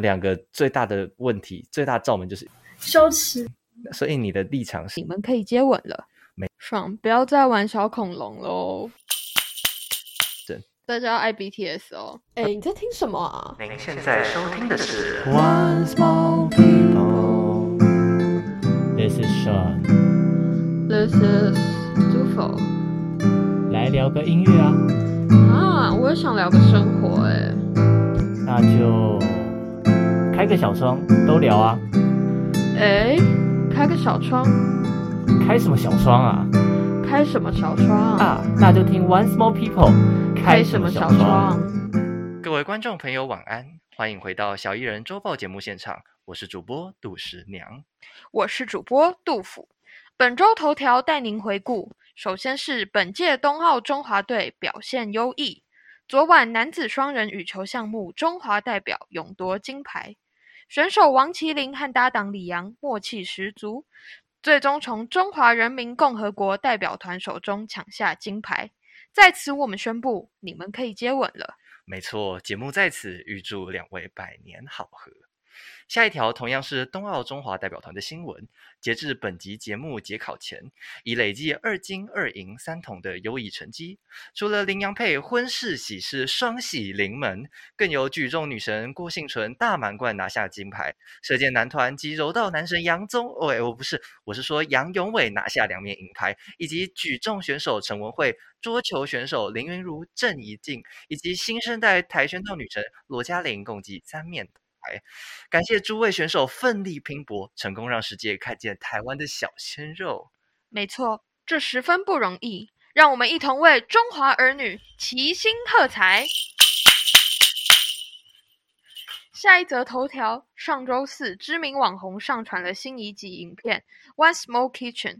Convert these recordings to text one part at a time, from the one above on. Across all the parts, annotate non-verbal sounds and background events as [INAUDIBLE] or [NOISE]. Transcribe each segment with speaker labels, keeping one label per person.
Speaker 1: 两个最大的问题、最大罩门就是，
Speaker 2: 羞耻。
Speaker 1: 所以你的立场是
Speaker 3: 你们可以接吻了，爽！不要再玩小恐龙喽
Speaker 1: 真。
Speaker 3: 大家要爱 BTS 哦，
Speaker 4: 哎、你在听什么啊？
Speaker 5: 您现在收听的是
Speaker 1: One small people. This is Sean.
Speaker 3: This is Dufo
Speaker 1: 来聊个音乐啊，
Speaker 3: 啊！我也想聊个生活哎、
Speaker 1: 那就开个小窗都聊啊。
Speaker 3: 哎，开个小窗，
Speaker 1: 开什么小窗啊？
Speaker 3: 开什么小窗？
Speaker 1: 啊，那就听 One Small People。
Speaker 3: 开什么小窗？
Speaker 1: 各位观众朋友，晚安，欢迎回到小艺人周报节目现场，我是主播杜十娘。
Speaker 3: 我是主播杜甫。本周头条带您回顾，首先是本届冬奥中华队表现优异。昨晚男子双人羽球项目，中华代表勇夺金牌。选手王麒麟和搭档李阳默契十足，最终从中华人民共和国代表团手中抢下金牌。在此，我们宣布，你们可以接吻了。
Speaker 1: 没错，节目在此预祝两位百年好合。下一条同样是冬奥中华代表团的新闻。截至本集节目截稿前，已累计二金二银三铜的优异成绩。除了林洋配婚事喜事双喜临门，更有举重女神郭幸淳大满贯拿下金牌，射箭男团及柔道男神杨宗纬，我不是，我是说杨永伟拿下两面银牌，以及举重选手陈文慧、桌球选手林云如、郑怡静，以及新生代跆拳道女神罗嘉玲，共计三面铜牌。感谢诸位选手奋力拼搏，成功让世界看见台湾的小鲜肉。
Speaker 3: 没错，这十分不容易。让我们一同为中华儿女齐心喝彩。下一则头条：上周四，知名网红上传了新一集影片《One Small Kitchen》。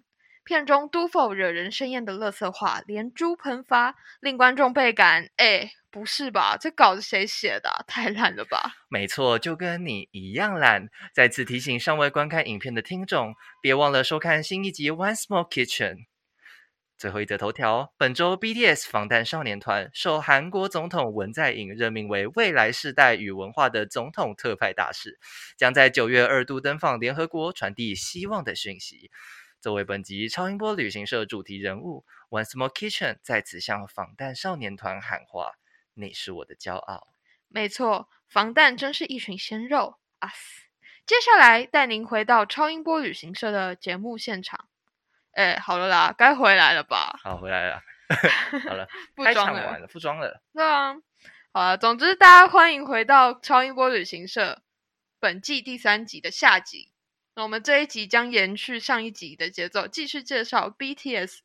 Speaker 3: 片中 Dufo 惹人生厌的垃圾话连珠喷发，令观众倍感：哎，不是吧？这稿子谁写的啊、太烂了吧！
Speaker 1: 没错，就跟你一样懒。再次提醒尚未观看影片的听众，别忘了收看新一集《One Small Kitchen》。最后一则头条：本周 BTS 防弹少年团受韩国总统文在寅任命为未来世代与文化的总统特派大使，将在九月二度登访联合国，传递希望的讯息。作为本集超音波旅行社主题人物，One Small Kitchen 再次向防弹少年团喊话：“你是我的骄傲。”
Speaker 3: 没错，防弹真是一群鲜肉啊！嘶接下来带您回到超音波旅行社的节目现场。哎，好了啦，该回来了吧？
Speaker 1: 好，回来了。好了，
Speaker 3: [LAUGHS] 不
Speaker 1: 开
Speaker 3: 装
Speaker 1: 场
Speaker 3: 了
Speaker 1: 完，了，服装了。
Speaker 3: 对啊。好了，总之大家欢迎回到超音波旅行社本季第三集的下集。那我们这一集将延续上一集的节奏，继续介绍 BTS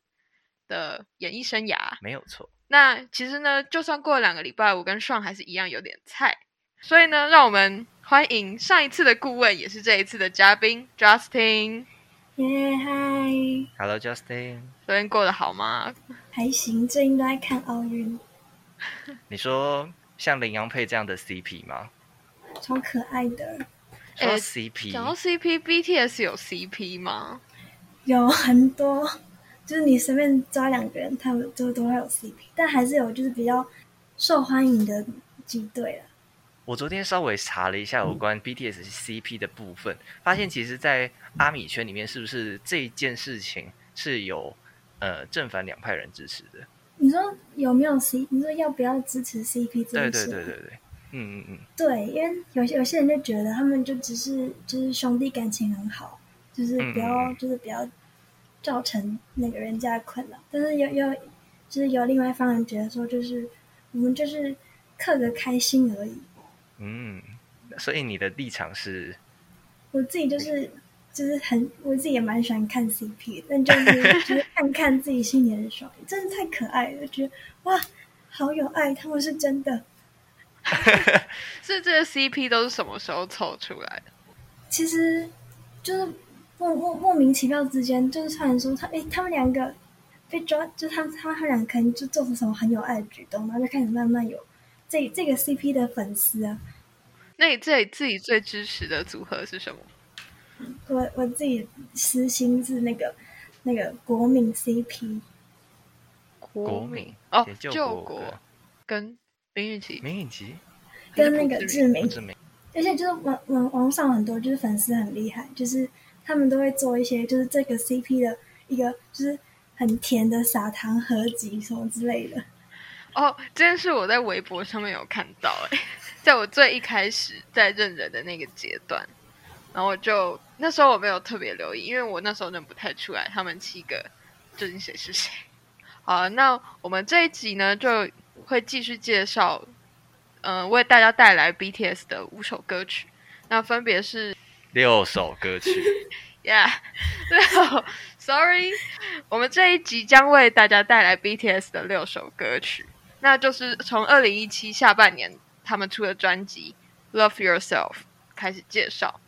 Speaker 3: 的演艺生涯。
Speaker 1: 没有错。
Speaker 3: 那其实呢，就算过了两个礼拜，我跟爽还是一样有点菜。所以呢，让我们欢迎上一次的顾问，也是这一次的嘉宾 Justin。
Speaker 2: 耶嗨，
Speaker 1: Hello Justin，
Speaker 3: 昨天过得好吗？
Speaker 2: 还行，最近都在看奥运，
Speaker 1: 你说像林洋配这样的 CP 吗？
Speaker 2: 超可爱的，
Speaker 1: 说
Speaker 3: 哎
Speaker 1: 到 CP，、
Speaker 3: 讲到 CP，BTS 有 CP 吗？
Speaker 2: 有很多，就是你随便抓两个人，他们都都会有 CP，但还是有就是比较受欢迎的几对啦。
Speaker 1: 我昨天稍微查了一下有关 BTS CP 的部分，发现其实，在阿米圈里面，是不是这件事情是有呃正反两派人支持的？
Speaker 2: 你说有没有 C？你说要不要支持 CP 这
Speaker 1: 对
Speaker 2: 件
Speaker 1: 对
Speaker 2: 事？
Speaker 1: 对对对，嗯嗯嗯，
Speaker 2: 对，因为有些有些人就觉得他们就只是就是兄弟感情很好，就是不要、
Speaker 1: 嗯嗯嗯
Speaker 2: 就是不要造成那个人家的困扰。但是有有就是有另外一方人觉得说，就是我们就是刻个开心而已。
Speaker 1: 嗯，所以你的立场是
Speaker 2: 我自己就是就是很我自己也蛮喜欢看 CP，的但就是
Speaker 1: [LAUGHS]
Speaker 2: 就是看看自己心里很爽，真的太可爱了，觉得哇好有爱，他们是真的。
Speaker 3: 是这些 CP 都是什么时候凑出来的？
Speaker 2: 其实就是莫莫莫名其妙之间，就是突然说他哎、诶他们两个被抓，就是他们他们他们两个可能就做出什么很有爱的举动，然后就开始慢慢有这这个 CP 的粉丝啊。
Speaker 3: 那你自己自己最支持的组合是什么？
Speaker 2: 我我自己私心是那个那个国民 CP，
Speaker 1: 国
Speaker 3: 民
Speaker 1: 民
Speaker 3: 哦
Speaker 1: 也，
Speaker 3: 救
Speaker 1: 救
Speaker 3: 国
Speaker 1: 国
Speaker 3: 跟林允琪
Speaker 1: 明允琪
Speaker 2: 跟那
Speaker 3: 还是
Speaker 2: 个
Speaker 3: 朴
Speaker 2: 志
Speaker 3: 敏
Speaker 2: 明
Speaker 1: 不，知名
Speaker 2: 而且就是网网网上很多就是粉丝很厉害，就是他们都会做一些就是这个 CP 的一个就是很甜的撒糖合集什么之类的。
Speaker 3: 哦，这件事我在微博上面有看到、欸，哎，在我最一开始在认人的那个阶段，然后我就那时候我没有特别留意，因为我那时候认不太出来他们七个究竟谁是谁。好，那我们这一集呢就会继续介绍，嗯、为大家带来 BTS 的五首歌曲，那分别是
Speaker 1: 六首歌曲，
Speaker 3: Yeah，六，Sorry，我们这一集将为大家带来 BTS 的六首歌曲，那就是从二零一七下半年他们出的专辑《Love Yourself》开始介绍，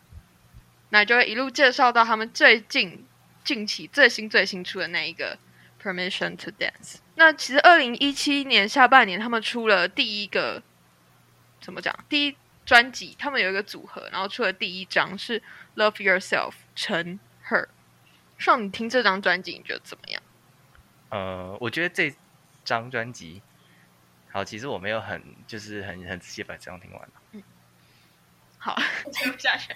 Speaker 3: 那就会一路介绍到他们最近近期最新最新出的那一个《Permission to Dance》。那其实二零一七年下半年他们出了第一个怎么讲？第一专辑他们有一个组合，然后出了第一张是《Love Yourself》陈 Her。上，你听这张专辑，你觉得怎 [LAUGHS] 么样？
Speaker 1: 呃，我觉得这张专辑，好，其实我没有很就是很很仔细把这张听完，啊
Speaker 3: 好，听不下去。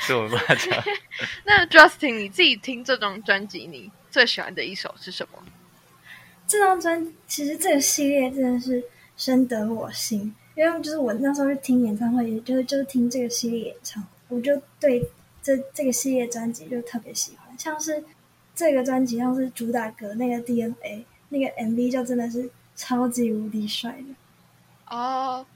Speaker 1: 所以我们把它
Speaker 3: [LAUGHS] 那 Justin，你自己听这张专辑，你最喜欢的一首是什么？
Speaker 2: 这张专其实这个系列真的是深得我心，因为就是我那时候是听演唱会，也就是就是听这个系列演唱，我就对这这个系列专辑就特别喜欢，像是这个专辑像是主打歌那个 DNA 那个 MV 就真的是超级无敌帅的。
Speaker 3: 哦，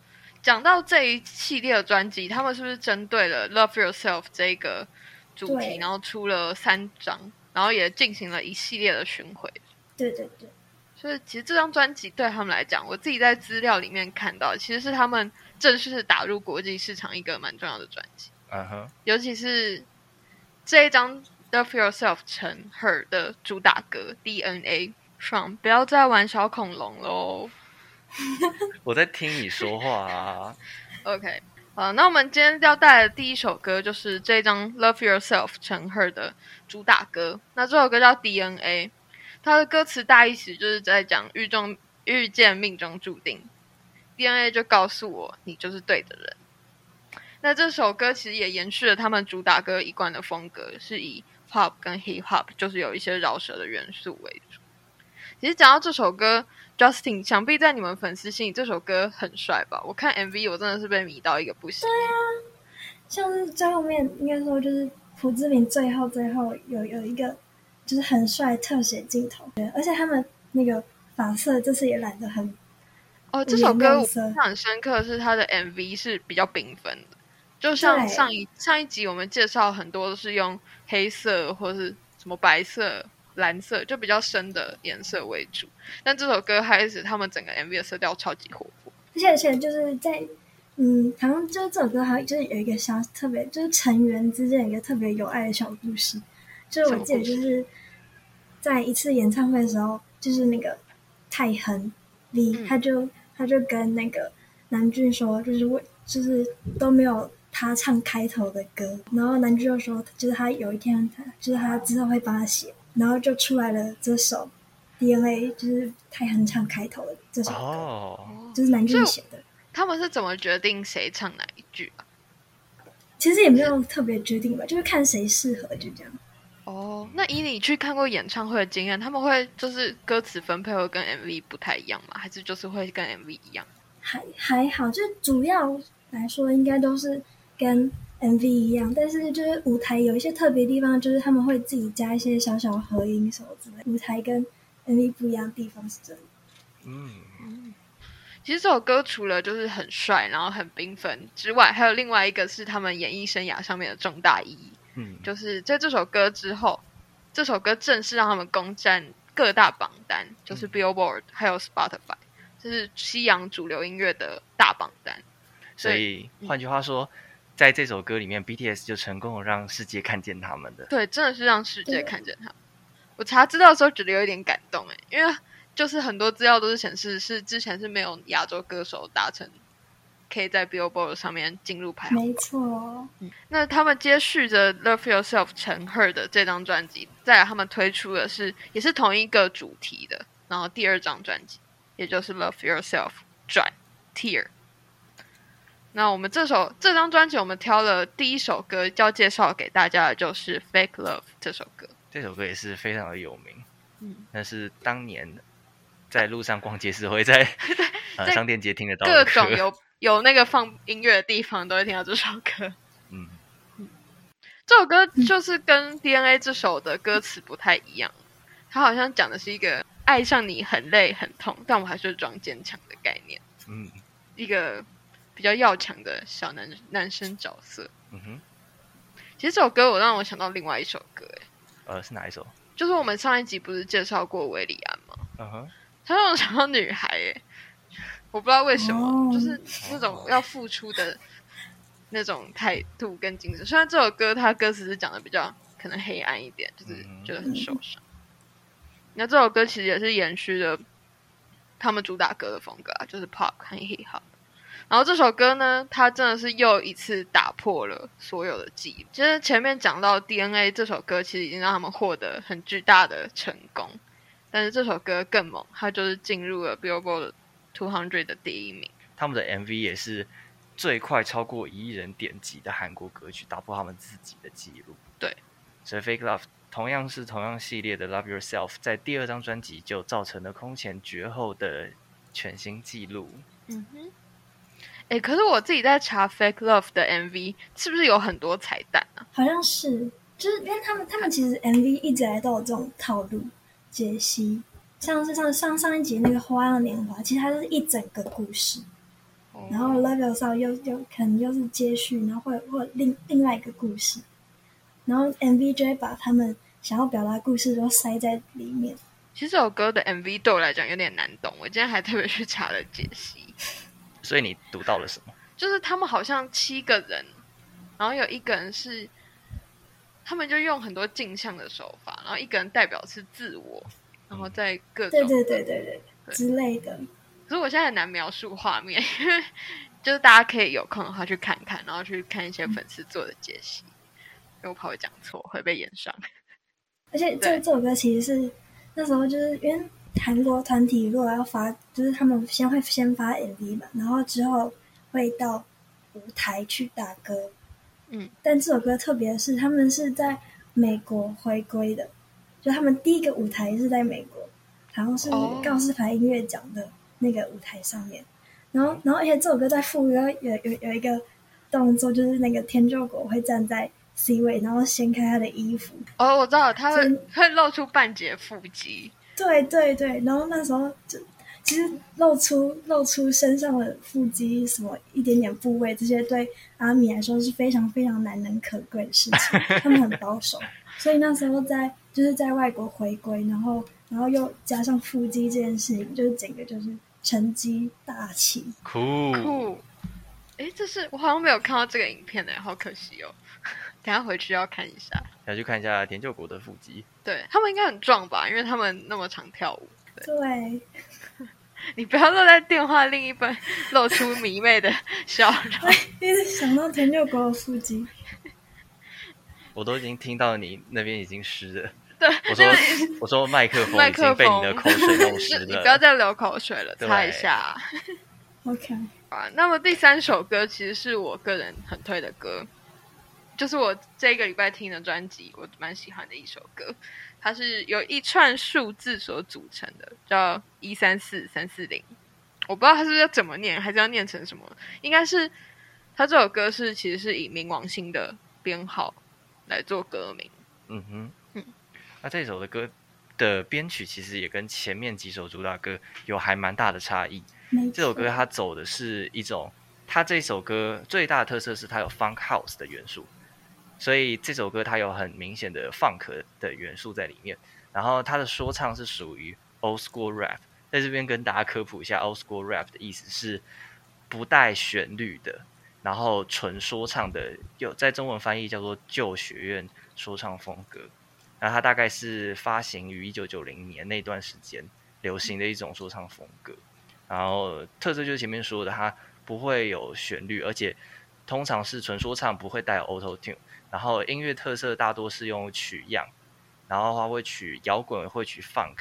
Speaker 3: 讲到这一系列的专辑，他们是不是针对了《Love Yourself》这个主题，
Speaker 2: 对
Speaker 3: 然后出了三张，然后也进行了一系列的巡回？
Speaker 2: 对对对，
Speaker 3: 所以其实这张专辑对他们来讲，我自己在资料里面看到，其实是他们正式打入国际市场一个蛮重要的专辑，
Speaker 1: 嗯哼，
Speaker 3: 尤其是这一张《Love Yourself》成 Her 的主打歌《DNA》，爽！不要再玩小恐龙喽。
Speaker 1: 我在听你说话啊，
Speaker 3: [LAUGHS] OK，呃，那我们今天要带的第一首歌就是这张《Love Yourself》陈赫的主打歌。那这首歌叫《DNA》，它的歌词大意其实就是在讲遇中遇见命中注定，DNA 就告诉我你就是对的人。那这首歌其实也延续了他们主打歌一贯的风格，是以 pop 跟 hip hop，就是有一些饶舌的元素为主。其实讲到这首歌，Justin，想必在你们粉丝心里，这首歌很帅吧？我看 MV，我真的是被迷到一个不行。
Speaker 2: 像是最后面应该说就是朴志敏最后最后有有一个就是很帅的特写镜头，对而且他们那个发色这次也染得很
Speaker 3: 哦，这首歌
Speaker 2: 五颜
Speaker 3: 我
Speaker 2: 六色
Speaker 3: 印象很深刻，是它的 MV 是比较缤纷的，就像
Speaker 2: 对
Speaker 3: 上一上一集我们介绍很多都是用黑色或是什么白色、蓝色，就比较深的颜色为主。但这首歌开始，他们整个 MV 的色调超级活泼。
Speaker 2: 而且而且就是在嗯，好像就是这首歌，还有就是有一个小特别，就是成员之间有一个特别有爱的小故事。就是我记得就是在一次演唱会的时候，就是那个泰亨 V，、
Speaker 3: 嗯
Speaker 2: 他就他就跟那个南俊说，就是我就是都没有他唱开头的歌，然后南俊就说，就是他有一天他就是他之后会帮他写，然后就出来了这首 DNA，就是泰亨唱开头的这首歌。
Speaker 1: 哦，
Speaker 2: 就是南
Speaker 3: 所以
Speaker 2: 俊写的。
Speaker 3: 他们是怎么决定谁唱哪一句啊？
Speaker 2: 其实也没有特别决定吧，就是看谁适合，就这样。
Speaker 3: 哦，那以你去看过演唱会的经验，他们会就是歌词分配会跟 MV 不太一样吗？还是就是会跟 MV 一样？
Speaker 2: 还还好，就是主要来说应该都是跟 MV 一样，但是就是舞台有一些特别地方，就是他们会自己加一些小小合音什么之类的。舞台跟 MV 不一样的地方是真的。
Speaker 1: 嗯，
Speaker 3: 其实这首歌除了就是很帅，然后很缤纷之外，还有另外一个是他们演艺生涯上面的重大意义，
Speaker 1: 嗯，
Speaker 3: 就是在这首歌之后，这首歌正式让他们攻占各大榜单，就是
Speaker 1: 嗯
Speaker 3: Billboard 还有 Spotify，就是西洋主流音乐的大榜单。
Speaker 1: 所以
Speaker 3: 嗯
Speaker 1: 换句话说，在这首歌里面，BTS 就成功地让世界看见他们的，
Speaker 3: 对，真的是让世界
Speaker 2: 对
Speaker 3: 看见他。我查资料的时候觉得有一点感动哎，因为就是很多资料都是显示是之前是没有亚洲歌手达成可以在 Billboard 上面进入排行
Speaker 2: 没错，哦
Speaker 3: 那他们接续着《Love Yourself》陈赫的这张专辑，再来他们推出的是也是同一个主题的，然后第二张专辑，也就是《Love Yourself》转 Tear。那我们这首这张专辑，我们挑了第一首歌要介绍给大家的就是《Fake Love》这首歌。
Speaker 1: 这首歌也是非常的有名，
Speaker 3: 嗯，
Speaker 1: 那是当年在路上逛街时会
Speaker 3: [LAUGHS]
Speaker 1: 在呃
Speaker 3: 在
Speaker 1: 商店街听得到
Speaker 3: 各
Speaker 1: 的 [LAUGHS]
Speaker 3: 种
Speaker 1: 歌
Speaker 3: 有有那个放音乐的地方都会听到这首歌。
Speaker 1: 嗯，
Speaker 3: 这首歌就是跟 DNA 这首的歌词不太一样，它好像讲的是一个爱上你很累很痛，但我还是会装坚强的概念，
Speaker 1: 嗯
Speaker 3: 一个比较要强的小男男生角色。
Speaker 1: 嗯哼，
Speaker 3: 其实这首歌我让我想到另外一首歌，诶
Speaker 1: 呃，是哪一首？
Speaker 3: 就是我们上一集不是介绍过维里安吗？
Speaker 1: 嗯哼，
Speaker 3: 他让我想到女孩诶，我不知道为什么，
Speaker 2: 哦
Speaker 3: 就是那种要付出的那种态度跟精神。虽然这首歌它歌词是讲的比较可能黑暗一点，就是
Speaker 1: 嗯
Speaker 3: 觉得很受伤。那这首歌其实也是延续了他们主打歌的风格啊，就是 pop 和 hip hop。然后这首歌呢，它真的是又一次打破了所有的记忆。就是前面讲到 DNA 这首歌，其实已经让他们获得很巨大的成功，但是这首歌更猛，它就是进入了 Billboard 200的第一名。
Speaker 1: 他们的 MV 也是最快超过一亿人点击的韩国歌曲，打破他们自己的记录。
Speaker 3: 对，
Speaker 1: 所以《Fake Love》同样是同样系列的《Love Yourself》，在第二张专辑就造成了空前绝后的全新纪录。
Speaker 3: 嗯哼，哎，可是我自己在查 Fake Love 的 MV，是不是有很多彩蛋啊？
Speaker 2: 好像是，就是因为他们他们其实 MV 一直以来都有这种套路，解析，像是上上上一集那个《花样年华》，其实它就是一整个故事，然后 Level 上又又可能又是接续，然后或或另另外一个故事，然后 MV 就会把他们想要表达的故事都塞在里面。
Speaker 3: 其实这首歌的 MV 对我来讲有点难懂，我今天还特别去查了解析，
Speaker 1: 所以你读到了什么？
Speaker 3: 就是他们好像七个人，然后有一个人是，他们就用很多镜像的手法，然后一个人代表是自我，然后在各种
Speaker 2: 对对对对对
Speaker 3: 对
Speaker 2: 对之类的，
Speaker 3: 可是我现在很难描述画面，因为 [LAUGHS] 就是大家可以有空的话去看看，然后去看一些粉丝做的解析，因为我怕我讲错会被延上。
Speaker 2: 而且这
Speaker 3: 对
Speaker 2: 这首歌其实是那时候就是因为韩国团体如果要发，就是他们先会先发 MV 嘛，然后之后会到舞台去打歌。
Speaker 3: 嗯，
Speaker 2: 但这首歌特别是他们是在美国回归的，就他们第一个舞台是在美国，好像是
Speaker 3: 哦
Speaker 2: 告示牌音乐奖的那个舞台上面。然
Speaker 3: 嗯
Speaker 2: 后，然后，而且这首歌在副歌有有有一个动作，就是那个天救国会站在 C 位，然后掀开他的衣服，
Speaker 3: 哦，我知道了，他会
Speaker 2: 真
Speaker 3: 会露出半截腹肌，
Speaker 2: 对对对，然后那时候就其实露出露出身上的腹肌什么一点点部位，这些对阿米来说是非常非常难能可贵的事
Speaker 1: [LAUGHS]
Speaker 2: 情，他们很保守，所以那时候在就是在外国回归，然后然后又加上腹肌这件事情，就是整个就是成绩大起。
Speaker 1: 酷
Speaker 3: 酷。哎，这是我好像没有看到这个影片呢，好可惜哦。 [LAUGHS] 等一下回去要看一下。
Speaker 1: 要去看一下田秀国的腹肌。
Speaker 3: 对他们应该很壮吧，因为他们那么常跳舞。
Speaker 2: 对，
Speaker 3: 你不要露在电话另一半露出迷妹的笑容。 [LAUGHS]
Speaker 2: 一直想到田六国的腹肌，
Speaker 1: 我都已经听到你那边已经湿了。
Speaker 3: 对，
Speaker 1: 我
Speaker 3: 那
Speaker 1: 说
Speaker 3: 个
Speaker 1: 我说麦克风哦
Speaker 3: 麦
Speaker 1: 已
Speaker 3: 克
Speaker 1: 经被你的
Speaker 3: 风
Speaker 1: 口水弄湿
Speaker 3: 是
Speaker 1: 了。
Speaker 3: [LAUGHS] 你不要再流口水了，
Speaker 1: 对
Speaker 3: 擦一下啊。
Speaker 2: 我看
Speaker 3: 啊那么第三首歌其实是我个人很推的歌，就是我这个礼拜听的专辑，我蛮喜欢的一首歌。它是由一串数字所组成的，叫一三四三四零。我不知道它是不是要怎么念，还是要念成什么？应该是它这首歌是其实是以冥王星的编号来做歌名。
Speaker 1: 嗯哼，
Speaker 3: 嗯
Speaker 1: 那这首的歌的编曲其实也跟前面几首主打歌有还蛮大的差异。
Speaker 2: 没
Speaker 1: 这首歌
Speaker 2: 错
Speaker 1: 它走的是一种，它这首歌最大的特色是它有 funk house 的元素，所以这首歌它有很明显的 funk 的元素在里面。然后它的说唱是属于 old school rap，在这边跟大家科普一下，old school rap 的意思是不带旋律的，然后纯说唱的，有在中文翻译叫做旧学院说唱风格。然后它大概是发行于一九九零年那段时间流行的一种说唱风格。然后特色就是前面说的，它不会有旋律，而且通常是纯说唱，不会带有 auto tune。然后音乐特色大多是用取样，然后它会取摇滚，会取 funk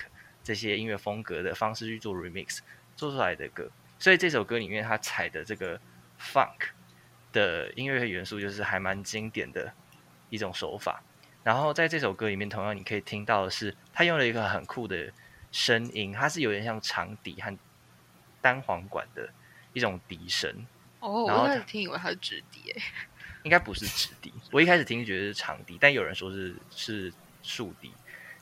Speaker 1: 这些音乐风格的方式去做 remix 做出来的歌。所以这首歌里面它采的这个 funk 的音乐元素就是还蛮经典的一种手法。然后在这首歌里面，同样你可以听到的是，他用了一个很酷的声音，它是有点像长笛和单簧管的一种笛声，
Speaker 3: 哦，我
Speaker 1: 然后
Speaker 3: 一开
Speaker 1: 它
Speaker 3: 始听以为它是直笛欸，
Speaker 1: 应该不是直笛。我一开始听觉得是长笛，但有人说是是竖笛。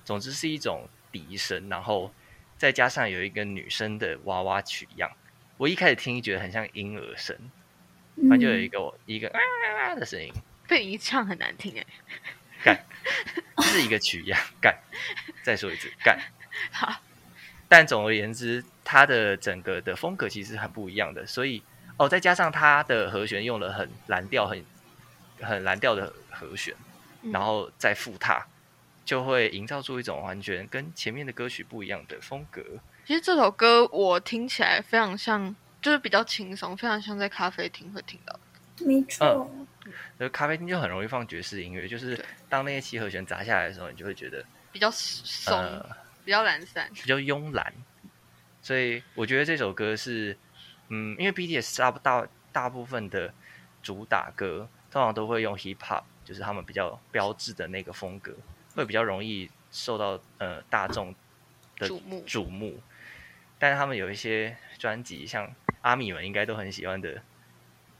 Speaker 1: 总之是一种笛声，然后再加上有一个女生的娃娃曲样。我一开始听觉得很像婴儿声，
Speaker 2: 嗯
Speaker 1: 反正就有一个、一个啊啊啊的声音，
Speaker 3: [LAUGHS] 被你一唱很难听哎。
Speaker 1: 是一个曲样 [LAUGHS] 干。再说一
Speaker 3: [LAUGHS]
Speaker 1: 次干。
Speaker 3: 好，
Speaker 1: 但总而言之，它的整个的风格其实很不一样的，所以哦，再加上它的和弦用了很蓝调、很很蓝调的和弦，
Speaker 3: 嗯
Speaker 1: 然后再复踏，就会营造出一种完全跟前面的歌曲不一样的风格。
Speaker 3: 其实这首歌我听起来非常像，就是比较轻松，非常像在咖啡厅会听到的。
Speaker 2: 嗯没错，
Speaker 1: 嗯而呃咖啡厅就很容易放爵士音乐，就是
Speaker 3: 对
Speaker 1: 当那些七和弦砸下来的时候，你就会觉得
Speaker 3: 比较松，
Speaker 1: 呃
Speaker 3: 比较懒散。
Speaker 1: 比较慵懒。所以我觉得这首歌是，嗯，因为 BTS 大大大部分的主打歌通常都会用 hip hop，就是他们比较标志的那个风格，会比较容易受到呃大众的
Speaker 3: 瞩目
Speaker 1: 瞩目。但是他们有一些专辑，像阿米们应该都很喜欢的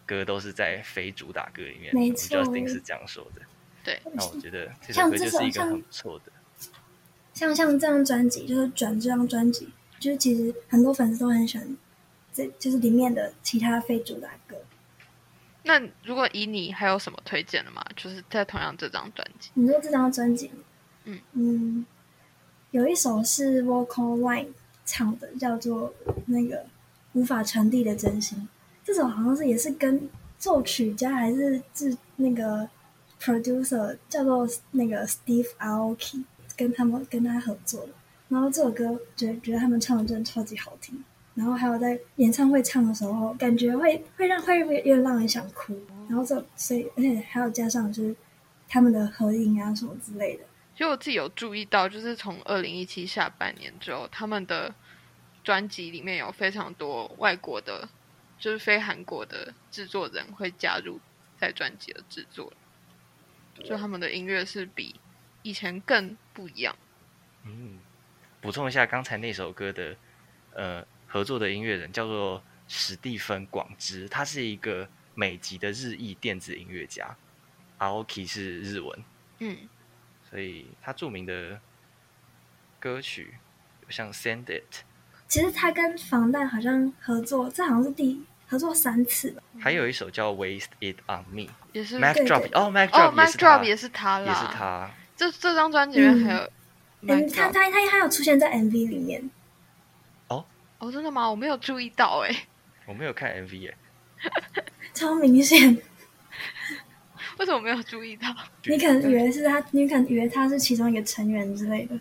Speaker 1: 歌，都是在非主打歌里面。
Speaker 2: 没
Speaker 1: 我们
Speaker 2: 错
Speaker 1: Justin 是这样说的。
Speaker 3: 对，
Speaker 1: 那我觉得这首
Speaker 2: 像
Speaker 1: 歌
Speaker 2: 这
Speaker 1: 就是
Speaker 2: 首
Speaker 1: 一个
Speaker 2: 像
Speaker 1: 很不错的，
Speaker 2: 像像这张专辑，就是转这张专辑，就是其实很多粉丝都很喜欢，这就是里面的其他非主打歌。
Speaker 3: 那如果以你还有什么推荐的吗？就是在同样这张专辑，
Speaker 2: 你说这张专辑吗，
Speaker 3: 嗯
Speaker 2: 嗯有一首是 Vocal Line 唱的，叫做那个无法传递的真心。这首好像是也是跟作曲家还是制那个 producer 叫做那个 Steve Aoki 跟他们跟他合作的。然后这首歌觉得觉得他们唱的真的超级好听。然后还有在演唱会唱的时候，感觉会会让会有点让人想哭。然后这所以而且还有加上就是他们的合影啊什么之类的。
Speaker 3: 其实我自己有注意到，就是从二零一七下半年之后，他们的专辑里面有非常多外国的，就是非韩国的制作人会加入在专辑的制作，就他们的音乐是比以前更不一样。
Speaker 1: 嗯，补充一下刚才那首歌的呃合作的音乐人叫做史蒂芬·广之，他是一个美籍的日裔电子音乐家，Aoki 是日文，
Speaker 3: 嗯，
Speaker 1: 所以他著名的歌曲有像《Send It
Speaker 2: 其实他跟防弹好像合作，这好像是第合作三次吧。》，
Speaker 1: 还有一首叫《Waste It on Me
Speaker 3: 也》是
Speaker 1: ，Mac
Speaker 2: 对
Speaker 1: Drop 哦，Mac
Speaker 3: 嗯
Speaker 1: Drop 也
Speaker 3: 哦，Mac
Speaker 1: 是他
Speaker 3: Drop 也是他啦，
Speaker 1: 也是。他，
Speaker 3: 这这张专辑里面还有 Mac
Speaker 2: 嗯，他
Speaker 3: Drop，、
Speaker 2: 他他他有出现在 MV 里面，
Speaker 3: 哦，真的吗？我没有注意到哎、
Speaker 1: 我没有看 MV 耶，
Speaker 2: 超明显。
Speaker 3: 为什么没有注意到？
Speaker 2: 你可能以为是他，你可能以为他是其中一个成员之类的。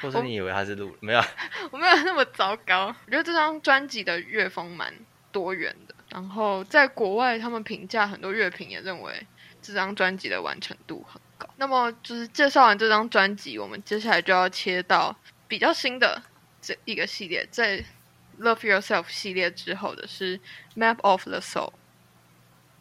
Speaker 1: 或者你以为他是录没有啊？
Speaker 3: 我没有那么糟糕。我觉得这张专辑的乐风蛮多元的，然后在国外他们评价很多乐评也认为这张专辑的完成度很高。那么就是介绍完这张专辑，我们接下来就要切到比较新的这一个系列，在 Love Yourself 系列之后的是 Map of the Soul。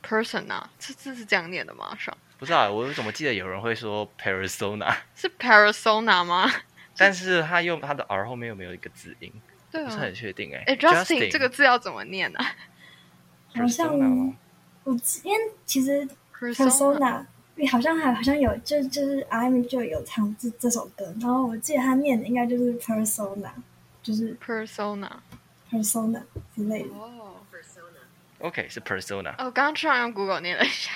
Speaker 3: Persona，这这是这样念的吗？上
Speaker 1: 不知道啊，我怎么记得有人会说 Persona，
Speaker 3: 是 Persona 吗？
Speaker 1: 但是他用他的 R 后面又没有一个字音。
Speaker 3: [LAUGHS] 对
Speaker 1: 不
Speaker 3: 啊
Speaker 1: 是，很确定哎、
Speaker 3: 哎，Justin 这个字要怎么念呢、啊、
Speaker 2: 好像
Speaker 1: Persona 吗
Speaker 2: 我因为其实 Persona 好像还好像有就就是 RM 就有唱这这首歌，然后我记得他念的应该就是 Persona，就是
Speaker 3: Persona，
Speaker 2: Persona 之类的。
Speaker 3: 哦，
Speaker 1: OK 是 persona
Speaker 3: 哦，刚刚突然用 Google 念了一下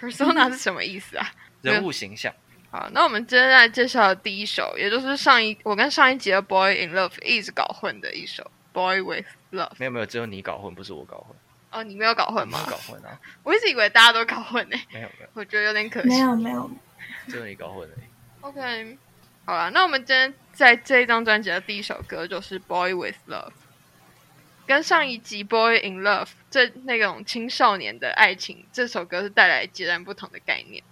Speaker 3: ，persona 是什么意思啊？
Speaker 1: 人物形象，
Speaker 3: 好，那我们接下来介绍的第一首，也就是上一我跟上一集的 Boy in Love 一直搞混的一首 Boy with Love。
Speaker 1: 没有没有，只有你搞混，不是我搞混，
Speaker 3: 哦，你没有搞混
Speaker 1: 你 [LAUGHS]
Speaker 3: 吗？
Speaker 1: 搞混啊，
Speaker 3: 我一直以为大家都搞混呢、
Speaker 1: 没有没有，
Speaker 3: 我觉得有点可
Speaker 2: 没
Speaker 3: 惜。
Speaker 2: 有没有，
Speaker 1: 只有你搞混而已。
Speaker 3: OK，好了，那我们今天在这一张专辑的第一首歌就是《Boy with Love》，跟上一集《Boy in Love》这那种青少年的爱情，这首歌是带来截然不同的概念。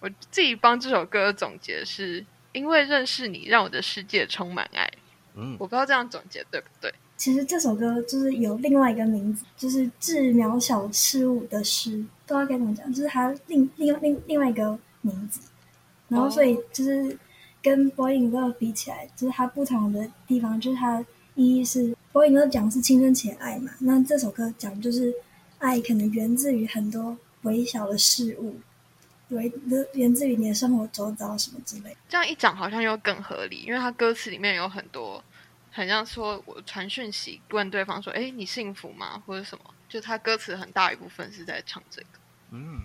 Speaker 3: 我自己帮这首歌总结是：因为认识你，让我的世界充满爱。
Speaker 1: 嗯，
Speaker 3: 我不知道这样总结对不对，
Speaker 2: 其实这首歌就是有另外一个名字，就是致渺小事物的诗，不知道该怎么讲，就是它另另另另外一个名字。然后所以就是跟 Boy in Love 比起来，就是它不同的地方，就是它意义是 Boy in Love 讲的是青春期的爱嘛，那这首歌讲就是爱可能源自于很多微小的事物，源源自于你的生活周遭什么之类的。
Speaker 3: 这样一讲好像又更合理，因为他歌词里面有很多，很像说我传讯息问对方说：“哎，你幸福吗？”或者什么，就他歌词很大一部分是在唱这个。
Speaker 1: 嗯，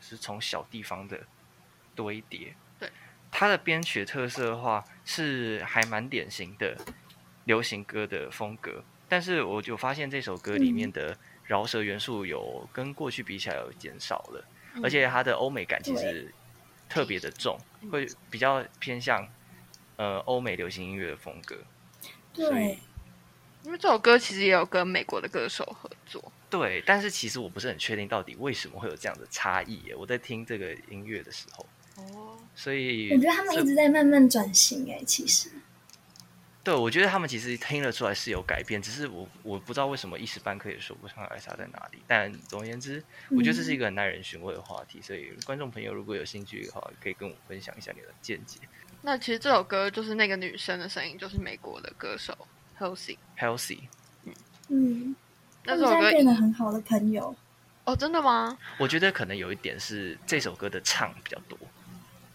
Speaker 1: 是从小地方的堆叠。
Speaker 3: 对，
Speaker 1: 它的编曲特色的话是还蛮典型的流行歌的风格，但是我就发现这首歌里面
Speaker 2: 嗯
Speaker 1: 的饶舌元素有跟过去比起来有减少了，
Speaker 2: 嗯
Speaker 1: 而且它的欧美感其实特别的重，
Speaker 3: 嗯
Speaker 1: 会比较偏向呃欧美流行音乐的风格。所以
Speaker 2: 对，
Speaker 3: 因为这首歌其实也有跟美国的歌手合作，
Speaker 1: 对，但是其实我不是很确定到底为什么会有这样的差异耶。我在听这个音乐的时候，
Speaker 3: 哦，
Speaker 1: 所以
Speaker 2: 我觉得他们
Speaker 1: 这
Speaker 2: 一直在慢慢转型哎、其实
Speaker 1: 对，我觉得他们其实听得出来是有改变，只是我我不知道为什么一时半刻也说不上来差在哪里。但总而言之，我觉得这
Speaker 3: 嗯
Speaker 1: 是一个很耐人寻味的话题，所以观众朋友如果有兴趣的话，可以跟我分享一下你的见解。
Speaker 3: 那其实这首歌就是那个女生的声音，就是美国的歌手 Halsey。
Speaker 1: Healthy，
Speaker 2: 嗯，他
Speaker 3: 那
Speaker 2: 们
Speaker 3: 首
Speaker 2: 现
Speaker 3: 歌
Speaker 2: 在变得很好的朋友。
Speaker 3: 哦，真的吗？
Speaker 1: 我觉得可能有一点是这首歌的唱比较多，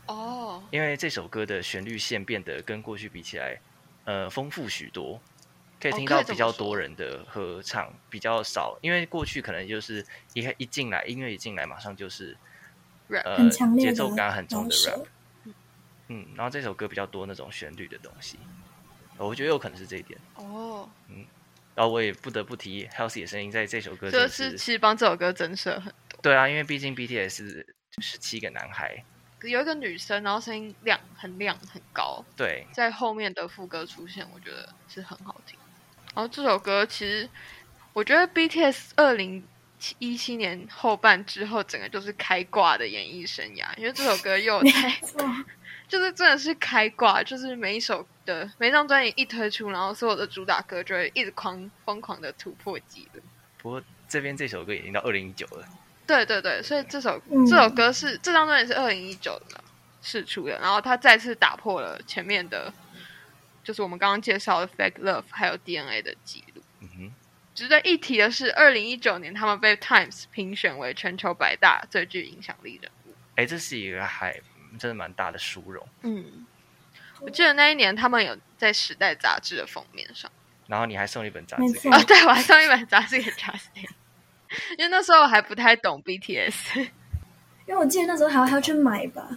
Speaker 3: 哦，
Speaker 1: 因为这首歌的旋律线变得跟过去比起来，呃，丰富许多，可以
Speaker 3: 哦
Speaker 1: 听
Speaker 3: 可以
Speaker 1: 到
Speaker 3: 这
Speaker 1: 比
Speaker 3: 么
Speaker 1: 较
Speaker 3: 说
Speaker 1: 多人的合唱，比较少，因为过去可能就是一开一进来，音乐一进来马上就是
Speaker 3: Rap
Speaker 1: 呃
Speaker 2: 很强，烈
Speaker 1: 节
Speaker 2: 的
Speaker 1: 奏感很重的
Speaker 2: 饶舌
Speaker 1: rap，嗯，然后这首歌比较多那种旋律的东西，我觉得有可能是这一点。
Speaker 3: 哦，
Speaker 1: 然后我也不得不提 Healthy 的声音在这首歌真
Speaker 3: 这
Speaker 1: 的
Speaker 3: 是
Speaker 1: 是，
Speaker 3: 其实帮这首歌增设很
Speaker 1: 对啊，因为毕竟 BTS 十七个男孩，
Speaker 3: 有一个女生，然后声音亮很亮很高，
Speaker 1: 对，
Speaker 3: 在后面的副歌出现，我觉得是很好听。然后这首歌其实，我觉得 BTS 二零一七年后半之后，整个就是开挂的演艺生涯，因为这首歌又在
Speaker 2: 哇，
Speaker 3: [LAUGHS] 就是真的是开挂，就是每一首的每一张专辑一推出，然后所有的主打歌就会一直狂疯狂的突破记录。
Speaker 1: 不过这边这首歌已经到二零一九了，
Speaker 3: 对对对，所以这首、
Speaker 2: 嗯
Speaker 3: 这首歌是这张专辑是二零一九的试出的，然后它再次打破了前面的，就是我们刚刚介绍的《Fake Love》还有 DNA 的记录。
Speaker 1: 嗯哼，
Speaker 3: 值得一提的是，二零一九年他们被 Times 评选为全球百大最具影响力人物。
Speaker 1: 哎，这是一个还真的蛮大的殊荣。
Speaker 3: 嗯，我记得那一年他们有在《时代》杂志的封面上。
Speaker 1: 然后你还送了一本杂
Speaker 2: 没
Speaker 1: 志给
Speaker 2: 错
Speaker 1: 我，
Speaker 3: 啊，对，我还上一本杂志给 Justin，因为 [LAUGHS] 那时候我还不太懂 BTS。
Speaker 2: 因为我记得那时候还要还要去买吧，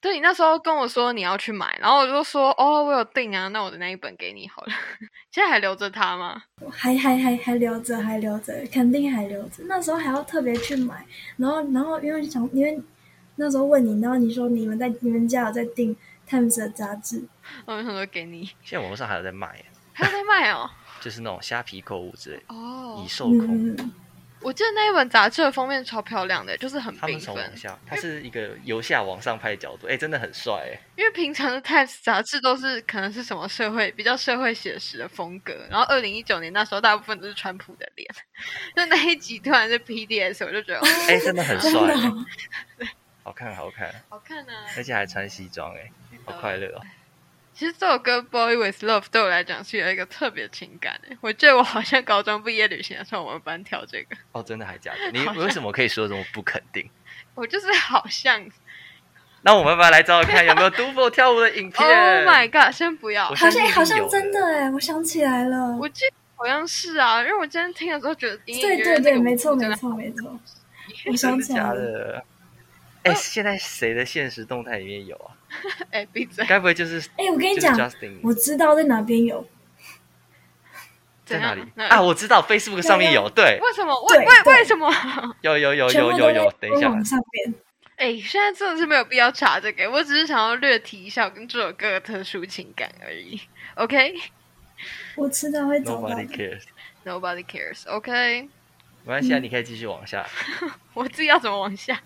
Speaker 3: 对你那时候跟我说你要去买，然后我就说哦，我有订啊，那我的那一本给你好了。 [LAUGHS] 现在还留着它吗？
Speaker 2: 我还还还还留着，还留着，肯定还留着。那时候还要特别去买，然后然后因为想因为那时候问你，然后你说你们在你们家有在订 Times 的杂志，
Speaker 3: 我就想说给你，
Speaker 1: 现在网络上还有在卖，
Speaker 3: 还有在
Speaker 1: [LAUGHS]
Speaker 3: 卖哦。
Speaker 1: 就是那种虾皮购物之类，
Speaker 3: 哦
Speaker 1: 以，售空。
Speaker 2: 嗯，
Speaker 3: 我记得那一本杂志的封面超漂亮的，就是很
Speaker 1: 他们
Speaker 3: 缤
Speaker 1: 从往
Speaker 3: 纷。
Speaker 2: 嗯
Speaker 1: 下，它是一个由下往上拍的角度，哎，真的很帅哎。
Speaker 3: 因为平常的 Times 杂志都是可能是什么社会比较社会写实的风格，然后二零一九年那时候大部分都是川普的脸， [LAUGHS] 就那一集突然是 PDS，我就觉得、哦、
Speaker 2: [LAUGHS]
Speaker 1: 哎、真的很
Speaker 2: 真
Speaker 1: 帅
Speaker 2: 的
Speaker 1: 欸、
Speaker 2: 哦
Speaker 1: 好看好看，
Speaker 3: 好看啊。
Speaker 1: 而且还穿西装哎、好快乐哦！
Speaker 3: 其实这首歌《Boy with Love》对我来讲是有一个特别情感的。我记得我好像高中毕业旅行的时候，我们班跳这个，
Speaker 1: 哦，真的还假的？你
Speaker 3: 好像
Speaker 1: 为什么可以说这么不肯定？
Speaker 3: 我就是好像
Speaker 1: 那我们把来找找看有没有 Dufo 跳舞的影片。
Speaker 3: [LAUGHS] Oh my God！先不要
Speaker 1: 我，
Speaker 2: 好
Speaker 1: 相
Speaker 2: 像
Speaker 1: 信一定
Speaker 2: 好像
Speaker 1: 有
Speaker 2: 真的哎，我想起来了，
Speaker 3: 我记得好像是啊，因为我今天听的时候觉得隐隐
Speaker 2: 对对
Speaker 3: 约约那
Speaker 2: 对，
Speaker 3: 个
Speaker 2: 没
Speaker 3: 舞
Speaker 2: 错
Speaker 3: 步
Speaker 2: 没
Speaker 3: 真的
Speaker 2: 错没错，
Speaker 1: [LAUGHS]
Speaker 2: 我
Speaker 1: 真
Speaker 2: 想
Speaker 1: 的
Speaker 2: 起
Speaker 1: 假
Speaker 2: 来了，
Speaker 1: 的？哎、现在谁的现实动态里面有啊？
Speaker 3: 哎闭嘴，
Speaker 1: 该不会就是
Speaker 2: 哎，我跟你
Speaker 1: 就是
Speaker 2: 讲，我
Speaker 1: Justin
Speaker 2: 知道在哪边有，
Speaker 1: 在
Speaker 3: 怎
Speaker 1: 哪
Speaker 3: 样
Speaker 1: 里
Speaker 3: 那
Speaker 1: 啊？我知道 Facebook 上面有，对，
Speaker 3: 为什么？为
Speaker 2: 对
Speaker 3: 为
Speaker 2: 对
Speaker 3: 为什么？ [LAUGHS]
Speaker 1: 有有有
Speaker 2: 全部
Speaker 1: 有
Speaker 2: 都
Speaker 1: 有
Speaker 2: 在
Speaker 1: 有，等一下
Speaker 2: 官，网上面，
Speaker 3: 哎，现在真的是没有必要查这个，我只是想要略提一下我跟这首歌的特殊情感而已。OK，Nobody、
Speaker 2: 我迟早会找到
Speaker 1: Nobody
Speaker 2: 的。
Speaker 1: cares。
Speaker 3: cares。OK，
Speaker 1: 没关系
Speaker 2: 嗯
Speaker 1: 啊，你可以继续往下，
Speaker 3: [LAUGHS] 我自己要怎么往下？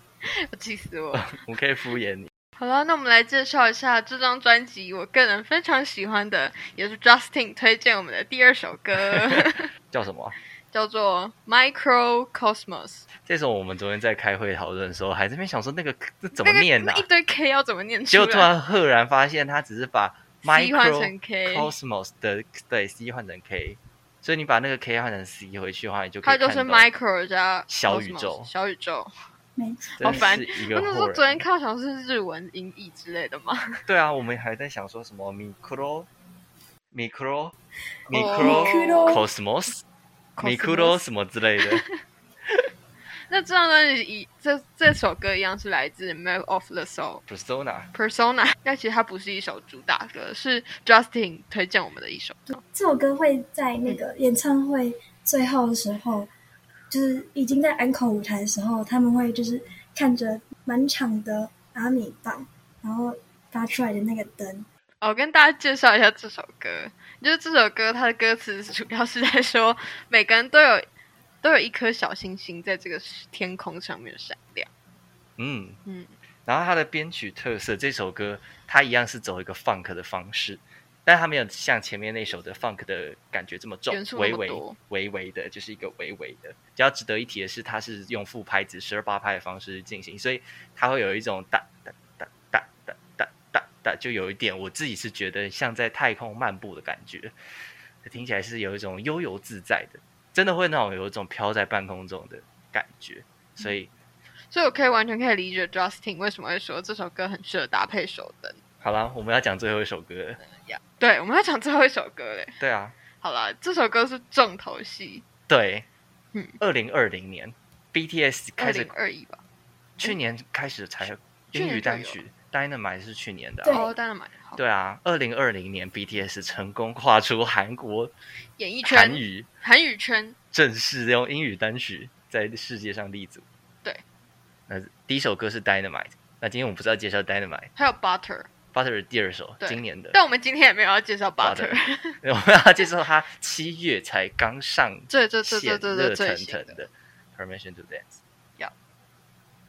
Speaker 3: 我气死我了！
Speaker 1: 我可以敷衍你。
Speaker 3: 好了，那我们来介绍一下这张专辑，我个人非常喜欢的，也是 Justin 推荐我们的第二首
Speaker 1: [LAUGHS]
Speaker 3: 歌，
Speaker 1: 叫什么啊？
Speaker 3: 叫做《Microcosmos》。
Speaker 1: 这首我们昨天在开会讨论的时候，还在那边想说那个这怎么
Speaker 3: 那个
Speaker 1: 念啊呢、
Speaker 3: 那一堆 K 要怎么念出
Speaker 1: 结
Speaker 3: 来？
Speaker 1: 果突然赫然发现，他只是把
Speaker 3: C 换成 K
Speaker 1: microcosmos 的对 C 换成 K，所以你把那个 K 换成 C 回去的话，你就可
Speaker 3: 它
Speaker 1: 以
Speaker 3: 就
Speaker 1: 看
Speaker 3: 是
Speaker 1: 到
Speaker 3: micro 加
Speaker 1: 小宇
Speaker 3: cosmos，
Speaker 1: 宙
Speaker 3: 小宇宙。
Speaker 2: 没错。
Speaker 1: 真
Speaker 3: 好烦
Speaker 1: 是一
Speaker 3: 我
Speaker 1: 个
Speaker 3: 那时
Speaker 1: 后
Speaker 3: 候昨天
Speaker 1: 人。
Speaker 3: 看，好像是日文音译之类的嘛。
Speaker 1: [LAUGHS] 对啊，我们还在想说什么 micro micro
Speaker 3: 哦
Speaker 1: micro cosmos micro 什么之类的。 [LAUGHS]
Speaker 3: 那这张专辑以这这首歌一样是来自《Map of the Soul》
Speaker 1: persona
Speaker 3: Persona，但其实它不是一首主打歌，是 Justin 推荐我们的一首。
Speaker 2: 这首歌会在那个
Speaker 1: 嗯
Speaker 2: 演唱会最后的时候，就是已经在安口舞台的时候，他们会就是看着满场的阿米棒，然后发出来的那个灯，
Speaker 3: 哦我跟大家介绍一下这首歌，就是这首歌它的歌词主要是在说，每个人都有都有一颗小星星在这个天空上面闪亮。
Speaker 1: 嗯
Speaker 3: 嗯
Speaker 1: 然后它的编曲特色，这首歌它一样是走一个 funk 的方式，但它没有像前面那首的 funk 的感觉这么重
Speaker 3: 元，素那
Speaker 1: 微
Speaker 3: 么
Speaker 1: 微
Speaker 3: 多
Speaker 1: 微微的，就是一个微微的。比较值得一提的是，它是用副拍子十二八拍的方式进行，所以它会有一种哒哒哒哒哒哒哒哒，就有一点我自己是觉得像在太空漫步的感觉，听起来是有一种悠游自在的，真的会那种有一种飘在半空中的感觉，所以。
Speaker 3: 所以我可以完全可以理解 Justin 为什么会说这首歌很适合搭配手灯。
Speaker 1: 好啦，我们要讲最后一首歌了。
Speaker 3: 对，我们要讲最后一首歌嘞。
Speaker 1: 对啊，
Speaker 3: 好了，这首歌是重头戏，
Speaker 1: 对，
Speaker 3: 嗯
Speaker 1: 二零二零年 BTS
Speaker 3: 二
Speaker 1: 开
Speaker 3: 零嗯
Speaker 1: 始，
Speaker 3: 二一吧？
Speaker 1: 去年开始才
Speaker 3: 去
Speaker 1: 英
Speaker 3: 年
Speaker 1: 语
Speaker 3: 就
Speaker 1: 单
Speaker 3: 有
Speaker 1: 曲《Dynamite》是去年的啊、
Speaker 2: 对
Speaker 3: 哦，当然买好。
Speaker 1: 对啊，二零二零年 BTS 成功跨出韩国
Speaker 3: 演艺
Speaker 1: 韩
Speaker 3: 圈，
Speaker 1: 语，
Speaker 3: 韩语圈，
Speaker 1: 正式用英语单曲在世界上立足。
Speaker 3: 对，
Speaker 1: 那第一首歌是《Dynamite》，那今天我们不是要介绍《Dynamite
Speaker 3: 还有 Butter，》
Speaker 1: ，Butter 的第二首，
Speaker 3: 对
Speaker 1: 今年的。
Speaker 3: 但我们今天也没有要介绍 Butter。
Speaker 1: [LAUGHS] 我们要介绍它七月才刚上
Speaker 3: 对对对对
Speaker 1: 现
Speaker 3: 对
Speaker 1: 热
Speaker 3: 对，
Speaker 1: 腾
Speaker 3: 最新
Speaker 1: 腾
Speaker 3: 的。
Speaker 1: 的 Permission to Dance。
Speaker 3: 要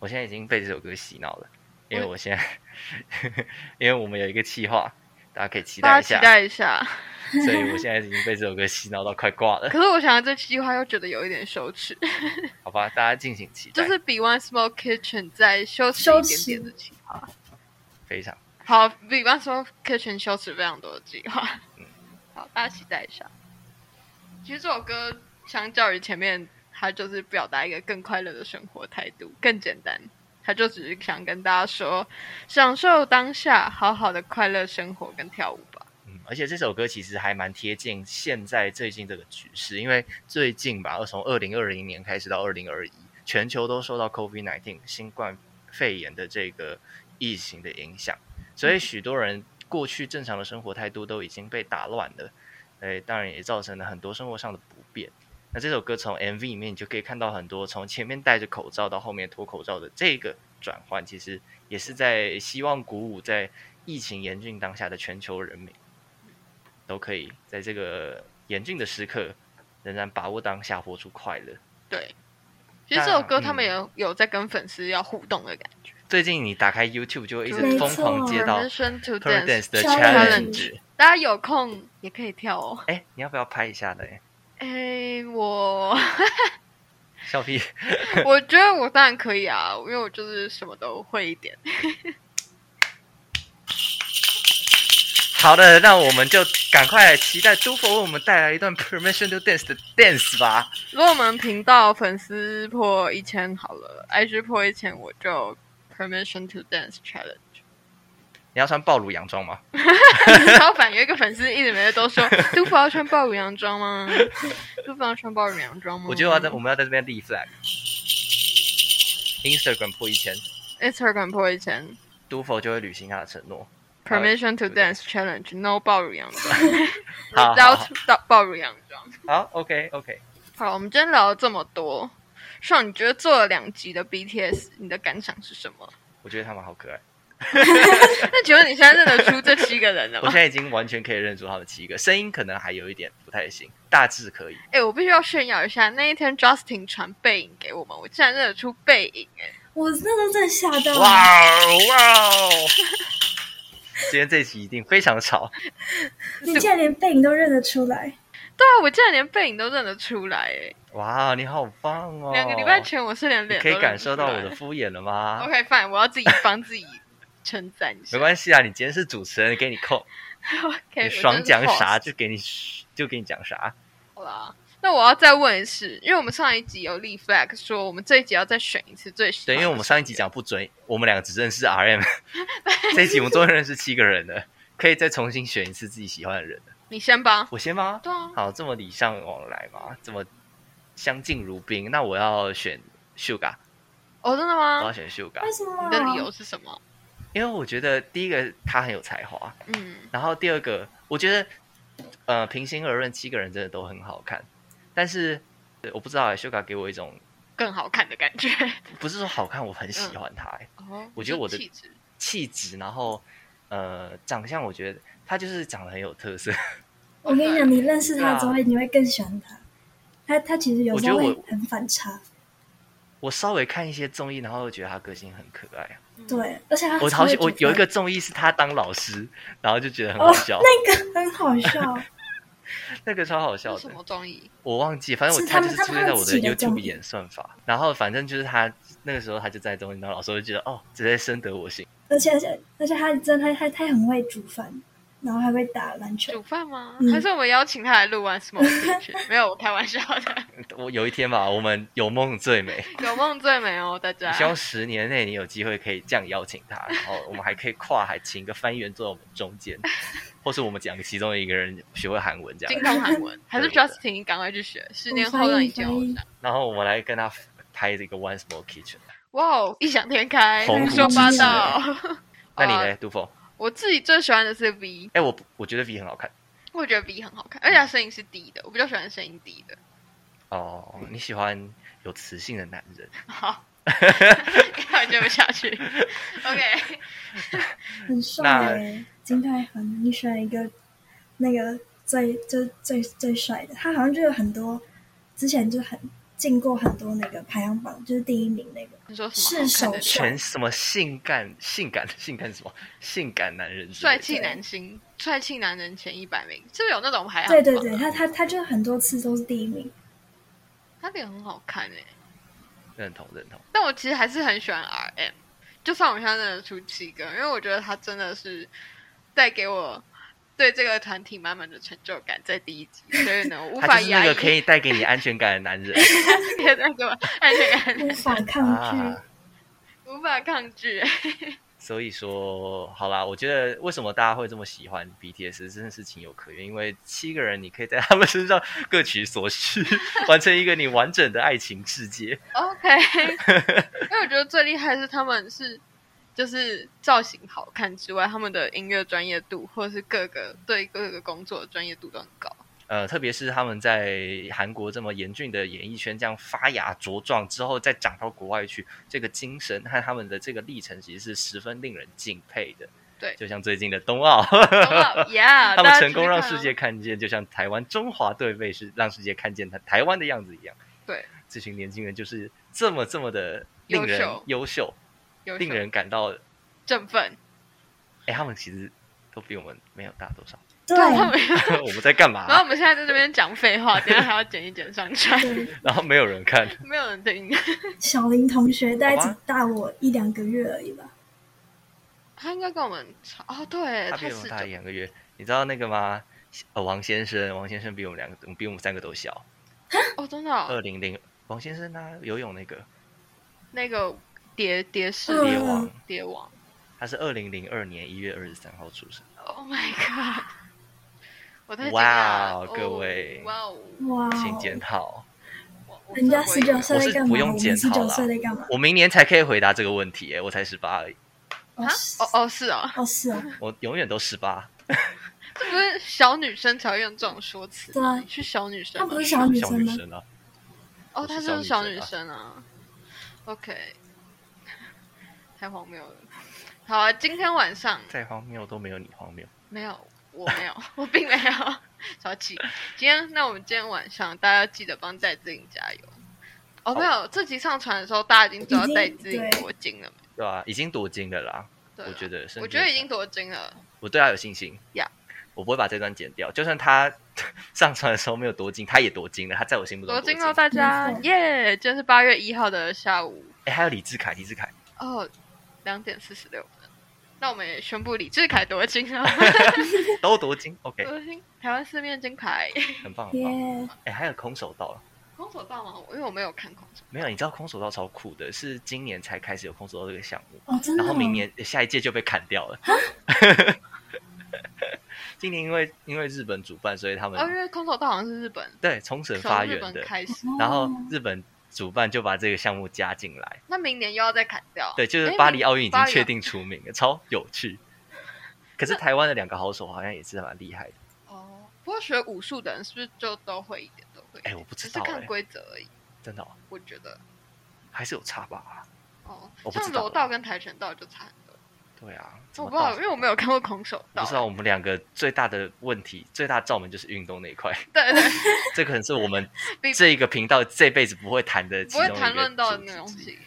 Speaker 1: 我现在已经被这首歌洗脑了，因为
Speaker 3: 我
Speaker 1: 我现在，因为我们有一个计划，大家可以期待
Speaker 3: 大家
Speaker 1: 一下
Speaker 3: 期。待一下。
Speaker 1: 所以我现在已经被这首歌洗脑到快挂 [LAUGHS] 了，
Speaker 3: 可是我想到这句话又觉得有一点羞耻，
Speaker 1: 好吧，大家敬请期待。
Speaker 3: 就是比 One Small Kitchen 再羞耻一
Speaker 2: 羞
Speaker 3: 点
Speaker 2: 耻
Speaker 3: 点的计划。
Speaker 1: 非常
Speaker 3: 好，比 One Small Kitchen 羞耻非常多的计划。
Speaker 1: 嗯
Speaker 3: 好，大家期待一下。其实这首歌相较于前面，它就是表达一个更快乐的生活态度，更简单。它就只是想跟大家说，享受当下，好好的快乐生活跟跳舞吧。
Speaker 1: 嗯，而且这首歌其实还蛮贴近现在最近这个局势，因为最近吧，从二零二零年开始到二零二一，全球都受到 COVID nineteen 新冠肺炎的这个疫情的影响，所以许多人过去正常的生活态度都已经被打乱了，哎，当然也造成了很多生活上的不便。那这首歌从 MV 里面你就可以看到很多从前面戴着口罩到后面脱口罩的这个转换，其实也是在希望鼓舞在疫情严峻当下的全球人民。都可以在这个严峻的时刻，仍然把握当下，活出快乐。
Speaker 3: 对，其实这首
Speaker 1: 那
Speaker 3: 歌他
Speaker 1: 嗯
Speaker 3: 们也有、有在跟粉丝要互动的感觉。
Speaker 1: 最近你打开 YouTube 就会一直
Speaker 2: 没
Speaker 1: 疯狂接到
Speaker 3: Permission to
Speaker 1: p e r d a n
Speaker 3: Dance，
Speaker 1: c e 的
Speaker 2: Challenge
Speaker 1: challenge。
Speaker 3: 大家有空也可以跳哦。
Speaker 1: 哎，你要不要拍一下呢？
Speaker 3: 哎，我 [LAUGHS]
Speaker 1: 笑屁！
Speaker 3: 我觉得我当然可以啊，因为我就是什么都会一点。
Speaker 1: 好的，那我们就赶快期待朱佛为我们带来一段 Permission to Dance 的 dance 吧。
Speaker 3: 如果我们频道粉丝破一千好了，IG 破一千我就 Permission to Dance
Speaker 1: [LAUGHS]
Speaker 3: Challenge。
Speaker 1: 你要穿暴露洋装吗？
Speaker 3: 超凡有一个粉丝一直没都说杜甫要穿暴雨洋装吗？杜甫要穿暴雨洋装吗？
Speaker 1: 我觉得我要在我们要在这边立 flag。Instagram 破一千，
Speaker 3: Instagram 破一千
Speaker 1: 朱佛就会履行他的承诺。
Speaker 3: Permission to
Speaker 1: 对对
Speaker 3: Dance Challenge No 暴雨洋装
Speaker 1: 好好好
Speaker 3: ，Without 到暴雨洋装。
Speaker 1: 好，OK OK。
Speaker 3: 好，我们今天聊了这么多，上你觉得做了两集的 BTS，你的感想是什么？
Speaker 1: 我觉得他们好可爱。
Speaker 3: [LAUGHS] 那请问你现在认得出这七个人了
Speaker 1: 我
Speaker 3: 吗
Speaker 1: 现？在已经完全可以认出他们七个，声音可能还有一点不太行，大致可以。
Speaker 3: 哎、我必须要炫耀一下，那一天 Justin 传背影给我们，我竟然认得出背影、哎，
Speaker 2: 我那时候真的吓到了。
Speaker 1: 哇哦哇哦！今天这一集一定非常吵。
Speaker 2: 你竟然连背影都认得出来，
Speaker 3: 对啊，我竟然连背影都认得出来哎！
Speaker 1: 哇，你好棒哦！
Speaker 3: 两个礼拜前我是连
Speaker 1: 你
Speaker 3: 脸
Speaker 1: 可
Speaker 3: 都
Speaker 1: 以
Speaker 3: 认
Speaker 1: 感
Speaker 3: 不
Speaker 1: 受
Speaker 3: 出
Speaker 1: 到我
Speaker 3: 来 [LAUGHS] 哦
Speaker 1: 的敷衍了吗？
Speaker 3: OK fine，我要自己帮自己称赞一下。
Speaker 1: 没关系啊，你今天是主持人，给你
Speaker 3: [LAUGHS]
Speaker 1: 扣，
Speaker 3: 系，OK，
Speaker 1: 你
Speaker 3: 我真
Speaker 1: 爽
Speaker 3: 是啊
Speaker 1: 讲
Speaker 3: boss
Speaker 1: 啥就给你就给你讲啥。
Speaker 3: 好啦，那我要再问一次，因为我们上一集有立 flag 说，我们这一集要再选一次最喜
Speaker 1: 对，因
Speaker 3: 欢的
Speaker 1: 为我们上一集讲不准，我们两个只认识
Speaker 3: [LAUGHS]
Speaker 1: RM，这一集我们终于认识七个人了，可以再重新选一次自己喜欢的人了。
Speaker 3: 你先吧。
Speaker 1: 我先吗？
Speaker 3: 对啊，
Speaker 1: 好，这么礼尚往来嘛，这么相敬如宾，那我要选 Suga，
Speaker 3: 哦，真的
Speaker 1: 我
Speaker 3: 吗
Speaker 1: 要？选 Suga，
Speaker 2: 为什么？
Speaker 3: 你的理由是什么？
Speaker 1: 因为我觉得第一个他很有才华，
Speaker 3: 嗯，
Speaker 1: 然后第二个我觉得呃平心而论，七个人真的都很好看，但是呃我不知道、欸、Suga 给我一种
Speaker 3: 更好看的感觉。
Speaker 1: 不是说好看，我很
Speaker 2: 嗯
Speaker 1: 喜欢他、欸，
Speaker 3: 哦，
Speaker 1: 我觉得我的
Speaker 3: 气质
Speaker 1: 气质，然后呃长相，我觉得他就是长得很有特色。
Speaker 2: 我跟你讲，你认识他之后，
Speaker 1: 对啊
Speaker 2: 你会更喜欢他。他他其实有时候
Speaker 1: 我觉
Speaker 2: 会
Speaker 1: 得我
Speaker 2: 很反差，
Speaker 1: 我稍微看一些综艺，然后又觉得他个性很可爱。啊
Speaker 2: 对，而且他
Speaker 1: 嗯我好喜，
Speaker 2: 喜
Speaker 1: 我有一个综艺是他当老师，然后就觉得很
Speaker 2: 哦
Speaker 1: 好，笑，
Speaker 2: 那个很好笑，
Speaker 1: 那个超好
Speaker 3: 是
Speaker 1: 笑
Speaker 3: 什
Speaker 1: 的。
Speaker 3: 么综艺？
Speaker 1: 我忘记，反正我
Speaker 2: 是
Speaker 1: 他
Speaker 2: 他
Speaker 1: 就
Speaker 2: 们
Speaker 1: 是出现在我的
Speaker 2: 他们自己的综
Speaker 1: YouTube
Speaker 2: 艺
Speaker 1: 演算法，然后反正就是他那个时候他就在综艺当老师，我就觉得哦，直接深得我心。
Speaker 2: 而且而且而且他真的他他他很会煮饭，然后还会打篮球
Speaker 3: [LAUGHS] 煮，饭吗？
Speaker 2: 嗯
Speaker 3: 还是我们邀请他来录完 Small Pitch？没有，我开玩笑
Speaker 1: [LAUGHS]
Speaker 3: 的。
Speaker 1: 我有一天吧，我们有梦最美，
Speaker 3: 有梦最美哦，大家。
Speaker 1: 希望十年内你有机会可以这样邀请他，然后我们还可以跨海请一个翻译员坐在我们中间，或是我们讲其中一个人学会韩文这
Speaker 3: 精
Speaker 1: 样，
Speaker 3: 通韩
Speaker 1: [LAUGHS]
Speaker 3: 文，还是
Speaker 1: 对我哦
Speaker 3: Justin 赶快去学，十年后让你见我
Speaker 2: 翻译
Speaker 3: 的。
Speaker 1: 然后我们来跟他拍这个 One Small Kitchen。
Speaker 3: 哇哦，异想天开，
Speaker 1: 鸿
Speaker 2: 鹄
Speaker 3: 胡说
Speaker 2: 之
Speaker 3: 八
Speaker 2: 志
Speaker 3: 道。
Speaker 1: 那你
Speaker 2: 哦
Speaker 3: 好啊
Speaker 1: 呢，杜峰？
Speaker 3: 我自己最喜欢的是 V，
Speaker 1: 哎，我不我觉得 V 很好看
Speaker 3: 我觉得 V 很好看，而且它声音是低的，我比较喜欢声音
Speaker 1: [LAUGHS]
Speaker 3: 低的。
Speaker 1: 哦，你喜欢有磁性的男人。
Speaker 3: 好，看接不下
Speaker 1: [LAUGHS]
Speaker 3: 去。OK，
Speaker 2: 很帅哎，金泰亨，你选一个那个最最最最帅的，他好像就有很多之前就很进过很多那个排行榜，就是第一名那个，
Speaker 3: 你说什么？
Speaker 2: 是
Speaker 3: 好看
Speaker 2: 手
Speaker 3: 的脸
Speaker 1: 全什么性感、性感、性感什么性感男人之类
Speaker 3: 帅
Speaker 1: 的
Speaker 3: 气男星，帅气男人前一百名，就是有那种排行
Speaker 2: 对
Speaker 3: 榜。
Speaker 2: 对对，，他他他就很多次都是第一
Speaker 1: [LAUGHS]
Speaker 2: 名，
Speaker 3: 他脸很好看欸诶、
Speaker 1: 认同认同。
Speaker 3: 但我其实还是很喜欢 RM，就算我现在认得出七个，因为我觉得他真的是带给我对这个团体满满的成就感，在第一集，所以呢，我无
Speaker 1: 他
Speaker 3: 法
Speaker 1: 就是
Speaker 3: 压
Speaker 1: 那
Speaker 3: 抑
Speaker 1: 个可以带给你安全感的男
Speaker 3: [LAUGHS]
Speaker 1: 人
Speaker 3: 那个安全感，
Speaker 2: 无法
Speaker 3: 嗯
Speaker 2: 抗拒
Speaker 1: 啊。。
Speaker 3: 无法抗拒。
Speaker 1: [LAUGHS] 所以说，好啦，我觉得为什么大家会这么喜欢 BTS，真的是情有可原，因为七个人你可以在他们身上 [LAUGHS] 各取所需， [LAUGHS] 完成一个你完整的爱情世界。
Speaker 3: OK，因为我觉得最厉害是他们是就是造型好看之外，他们的音乐专业度或者是各个对各个工作的专业度都很
Speaker 1: [LAUGHS]
Speaker 3: 高。
Speaker 1: 呃，特别是他们在韩国这么严峻的演艺圈这样发芽茁壮之后，再长到国外去，这个精神和他们的这个历程，其实是十分令人敬佩的。
Speaker 3: 对
Speaker 1: 就像最近的冬奥，
Speaker 3: 好不好
Speaker 1: 他
Speaker 3: Yeah，大
Speaker 1: 们
Speaker 3: 家
Speaker 1: 成功
Speaker 3: 继续
Speaker 1: 让
Speaker 3: 看
Speaker 1: 世
Speaker 3: 哦
Speaker 1: 界看见，就像台湾中华队被是让世界看见他台湾的样子一样。
Speaker 3: 对，
Speaker 1: 这群年轻人就是这么这么的令人
Speaker 3: 优秀
Speaker 1: 优秀，
Speaker 3: 有
Speaker 1: 令人感到，
Speaker 3: 振奋。
Speaker 1: 哎，他们其实都比我们没有大多少。 [LAUGHS]
Speaker 2: 对
Speaker 3: 他们，
Speaker 1: 我们在干嘛、
Speaker 3: [LAUGHS] 然后我们现在在这边讲
Speaker 1: [LAUGHS]
Speaker 3: 废话，等一下还要剪一剪上传，
Speaker 2: 对，
Speaker 1: 然后没有人看。
Speaker 3: 没有人听。
Speaker 2: 小林同学大
Speaker 1: [LAUGHS]
Speaker 2: 概
Speaker 1: 好吧
Speaker 2: 只大我一两个月而已吧。
Speaker 3: 他应该跟我们差哦，对，
Speaker 1: 他
Speaker 3: 他
Speaker 1: 比我
Speaker 3: 是
Speaker 1: 们大一两个月，你知道那个吗？呃，王先生，王先生比我们两个，比我们三个都小。
Speaker 3: 哦，真的哦
Speaker 1: 二零零，王先生他游泳那个
Speaker 3: 那个蝶蝶式
Speaker 2: 嗯
Speaker 1: 蝶王，
Speaker 3: 蝶王
Speaker 1: 他是二零零二年一月二十三号出生。
Speaker 3: ，Oh my god！我太惊讶
Speaker 1: 哇
Speaker 3: 了
Speaker 1: 哦各位
Speaker 3: 哦哇哦，
Speaker 2: 哇哦，
Speaker 1: 请检讨，
Speaker 3: 我我
Speaker 2: 人家
Speaker 3: 这
Speaker 2: 十
Speaker 3: 回
Speaker 2: 九
Speaker 3: 有
Speaker 2: 岁在干
Speaker 1: 我是
Speaker 2: 嘛？
Speaker 1: 不用
Speaker 2: 我们
Speaker 1: 检
Speaker 2: 十
Speaker 1: 讨
Speaker 2: 九
Speaker 1: 啦
Speaker 2: 岁在干嘛？
Speaker 1: 我明年才可以回答这个问题，哎，我才十八而已，
Speaker 2: 哦
Speaker 3: 啊，
Speaker 2: 是
Speaker 3: 哦哦是哦，
Speaker 2: 哦是哦，
Speaker 1: 我永远都十八。
Speaker 3: 这不是小女生才会用这种说辞吗，
Speaker 2: 对啊
Speaker 3: 是小女生
Speaker 2: 她
Speaker 3: 吗，
Speaker 2: 不是小女
Speaker 1: 小
Speaker 2: 生
Speaker 1: 女
Speaker 2: 吗？
Speaker 1: 生啊，
Speaker 3: 哦，
Speaker 1: 我
Speaker 3: 她
Speaker 1: 是
Speaker 3: 是
Speaker 1: 小
Speaker 3: 小
Speaker 1: 女
Speaker 3: 女
Speaker 1: 生
Speaker 3: 生啊。OK，太荒谬了。好啊，今天晚上
Speaker 1: 再荒谬都没有你荒谬。
Speaker 3: 没有，我没有， [LAUGHS] 我并没有小气。今天，那我们今天晚上大家要记得帮戴志颖加油，哦，没有，这集上传的时候，大家已经知道戴资颖
Speaker 2: 已经
Speaker 3: 夺金了嘛？
Speaker 1: 对吧、已经夺金了啦，
Speaker 3: 对啊，
Speaker 1: 我觉得甚至，
Speaker 3: 我觉得已经夺金了。
Speaker 1: 我对他有信心
Speaker 3: 呀
Speaker 1: 我不会把这段剪掉，就算他 [LAUGHS] 上传的时候没有夺金，他也夺金了，他在我心目中
Speaker 3: 夺
Speaker 1: 金
Speaker 3: 金哦，大家
Speaker 2: 没错
Speaker 3: 耶！今天是八月一号的下午
Speaker 1: 哎，还有李志凯，李志凯，
Speaker 3: 哦，两点四十六分。那我们也宣布李志凯夺
Speaker 1: [LAUGHS]
Speaker 3: 金了，
Speaker 1: 都夺
Speaker 3: [LAUGHS]
Speaker 1: 金，OK，
Speaker 3: 夺金台湾四面金牌。
Speaker 1: 很棒很
Speaker 2: 耶、
Speaker 1: 棒。哎，还有空手道了，
Speaker 3: 空手道吗？因为我没有看空手。
Speaker 1: 没有？你知道空手道超酷的，是今年才开始有空手道这个项目，
Speaker 2: 哦，真的、
Speaker 1: 然
Speaker 2: 哦。
Speaker 1: 后明年下一届就被砍掉了。 [LAUGHS] 今年因为因为日本主办，所以他们、
Speaker 3: 哦，因为空手道好像是日本
Speaker 1: 对冲绳发
Speaker 3: 从日
Speaker 1: 源
Speaker 3: 本
Speaker 1: 的，
Speaker 3: 开始，
Speaker 2: 哦，
Speaker 1: 然后日本主办就把这个项目加进来。
Speaker 3: 那明年又要再砍掉。
Speaker 1: 对，就
Speaker 3: 哎
Speaker 1: 是巴黎奥运已经
Speaker 3: 巴黎
Speaker 1: 确定出名了，超有
Speaker 3: [LAUGHS]
Speaker 1: 趣。可是台湾的两个好手好像也是蛮厉害的，
Speaker 3: 哦，不过学武术的人是不是就都会一点，都会一点？
Speaker 1: 哎我不知
Speaker 3: 只
Speaker 1: 道
Speaker 3: 是看
Speaker 1: 哎
Speaker 3: 规则而已。
Speaker 1: 真的、哦、
Speaker 3: 我觉得，
Speaker 1: 还是有差吧？
Speaker 3: 哦
Speaker 1: 我，不
Speaker 3: 像
Speaker 1: 知道
Speaker 3: 柔道跟跆拳道就差很多。
Speaker 1: 对啊，怎
Speaker 3: 我
Speaker 1: 么
Speaker 3: 不知道，
Speaker 1: 到
Speaker 3: 因为我没有看过空手
Speaker 1: 我
Speaker 3: 道。
Speaker 1: 不知道我们两个最大的问题、最大罩门就是运动那一块，
Speaker 3: 对对，
Speaker 1: [LAUGHS] 这可能是我们
Speaker 3: [LAUGHS] 比
Speaker 1: 这一个频道这辈子不会谈的其
Speaker 3: 不
Speaker 1: 中一
Speaker 3: 会
Speaker 1: 个
Speaker 3: 谈论到的
Speaker 1: 主
Speaker 3: 那种东
Speaker 1: 题之一
Speaker 3: 西。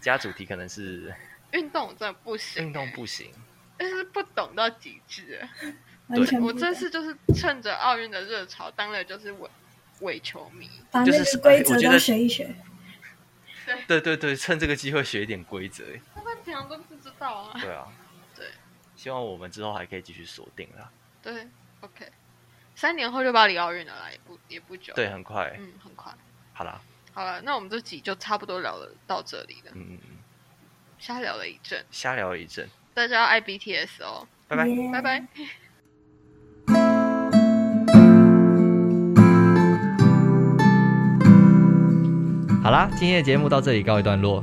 Speaker 1: 加主题可能是
Speaker 3: 运动我真的不行，
Speaker 1: 运动不行，
Speaker 3: 但
Speaker 1: 嗯
Speaker 3: 是不懂到极致。
Speaker 2: 完全不
Speaker 3: 哎我
Speaker 2: 懂
Speaker 3: 这次就是趁着奥运的热潮，当了就是伪伪球迷。
Speaker 2: 把
Speaker 1: 就
Speaker 2: 那
Speaker 1: 是
Speaker 2: 个规
Speaker 1: 我
Speaker 2: 则
Speaker 1: 觉
Speaker 2: 都
Speaker 1: 得
Speaker 2: 学一学。
Speaker 1: 对对对，趁这个机会学一点规则，
Speaker 3: 他们平常都不知道啊。
Speaker 1: 对啊，
Speaker 3: [LAUGHS] 对，
Speaker 1: 希望我们之后还可以继续锁定啦，
Speaker 3: 对，OK，三年后就巴黎奥运了啦，也不也不久。
Speaker 1: 对，，很快，
Speaker 3: 嗯，很快。
Speaker 1: 好啦，
Speaker 3: 好了，那我们这集就差不多聊了到这里了，
Speaker 1: 嗯嗯嗯，
Speaker 3: 瞎聊了一阵，
Speaker 1: 瞎聊一阵，
Speaker 3: 大家要爱 BTS 哦，
Speaker 1: 拜拜。
Speaker 2: 耶
Speaker 3: 拜拜。
Speaker 1: 好啦，今天的节目到这里告一段落，